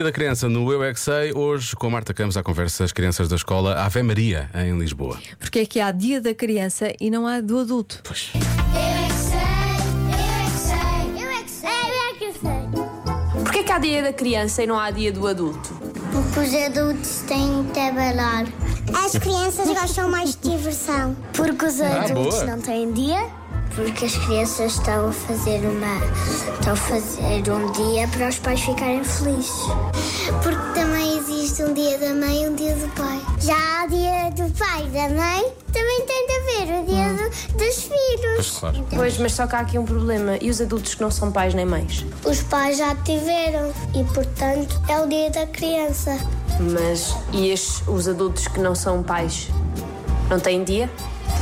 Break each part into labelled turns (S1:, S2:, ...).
S1: Dia da criança no Eu é Que Sei, hoje com a Marta Campos à conversa as crianças da escola Ave Maria em Lisboa.
S2: Porque é que há dia da criança e não há do adulto.
S1: Pois.
S3: Porquê que há dia da criança e não há dia do adulto?
S4: Porque os adultos têm de trabalhar. As crianças gostam mais de diversão. Porque os adultos
S1: boa.
S4: não têm dia. Porque as crianças estão a fazer uma. estão a fazer um dia para os pais ficarem felizes. Porque também existe um dia da mãe e um dia do pai. Já há dia do pai e da mãe, também tem de haver o dia dos
S1: Pois,
S4: filhos.
S1: claro.
S3: Pois, mas só que há aqui um problema. E os adultos que não são pais nem mães?
S4: Os pais já tiveram e, portanto, é o dia da criança.
S3: Mas e estes, os adultos que não são pais? Não têm dia?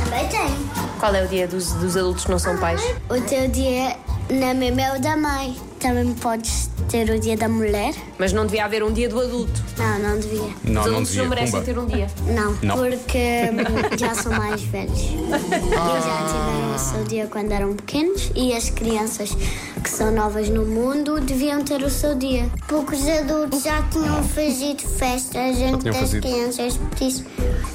S4: Também tem.
S3: Qual é o dia dos, dos adultos que não são pais?
S4: O teu dia na mesma é o da mãe. Também podes ter o dia da mulher?
S3: Mas não devia haver um dia do adulto.
S4: Não, não devia.
S1: Não,
S3: os
S1: não
S3: adultos
S1: dizia.
S3: não merecem
S1: Pumba.
S3: ter um dia.
S4: Não,
S1: Não.
S4: porque hum, já são mais velhos. E já tiveram o seu dia quando eram pequenos e as crianças que são novas no mundo deviam ter o seu dia. Poucos adultos já tinham fazido festas entre
S1: tinham
S4: as
S1: fazido.
S4: crianças, por isso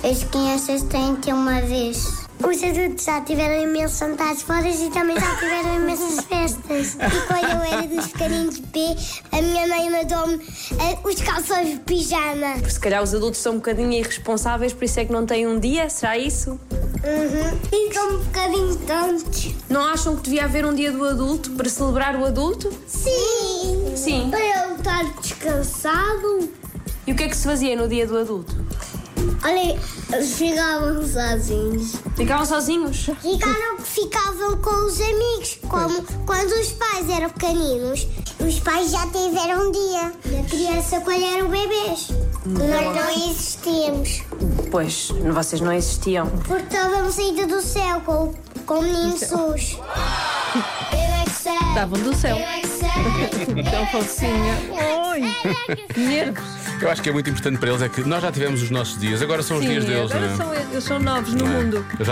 S4: as crianças têm que ter uma vez. Os adultos já tiveram imensos jantares fora e também já tiveram imensas festas. E quando eu era dos carinhos B, a minha mãe mandou-me eh, os calções de pijama.
S3: Se calhar os adultos são um bocadinho irresponsáveis, por isso é que não têm um dia, será isso?
S4: Uhum. E são um bocadinho tontos.
S3: Não acham que devia haver um dia do adulto para celebrar o adulto?
S4: Sim.
S3: Sim.
S4: Para eu estar descansado.
S3: E o que é que se fazia no dia do adulto?
S4: Olha, ficavam sozinhos.
S3: Ficavam sozinhos?
S4: Ficaram que ficavam com os amigos, como quando os pais eram pequeninos. Os pais já tiveram um dia. E a criança quando eram bebês. Nós não existíamos.
S3: Pois, vocês não existiam.
S4: Porque estávamos saindo do céu com, o- com o menino SUS. Eu é que sei.
S2: Estavam do céu.
S4: Eu é que sei. é
S2: Tão fofinha. Oi.
S1: Eu acho que é muito importante para eles é que nós já tivemos os nossos dias, agora são os dias deles,
S2: agora
S1: não é?
S2: são, eles são novos no
S1: Não é?
S2: mundo.
S1: Eu já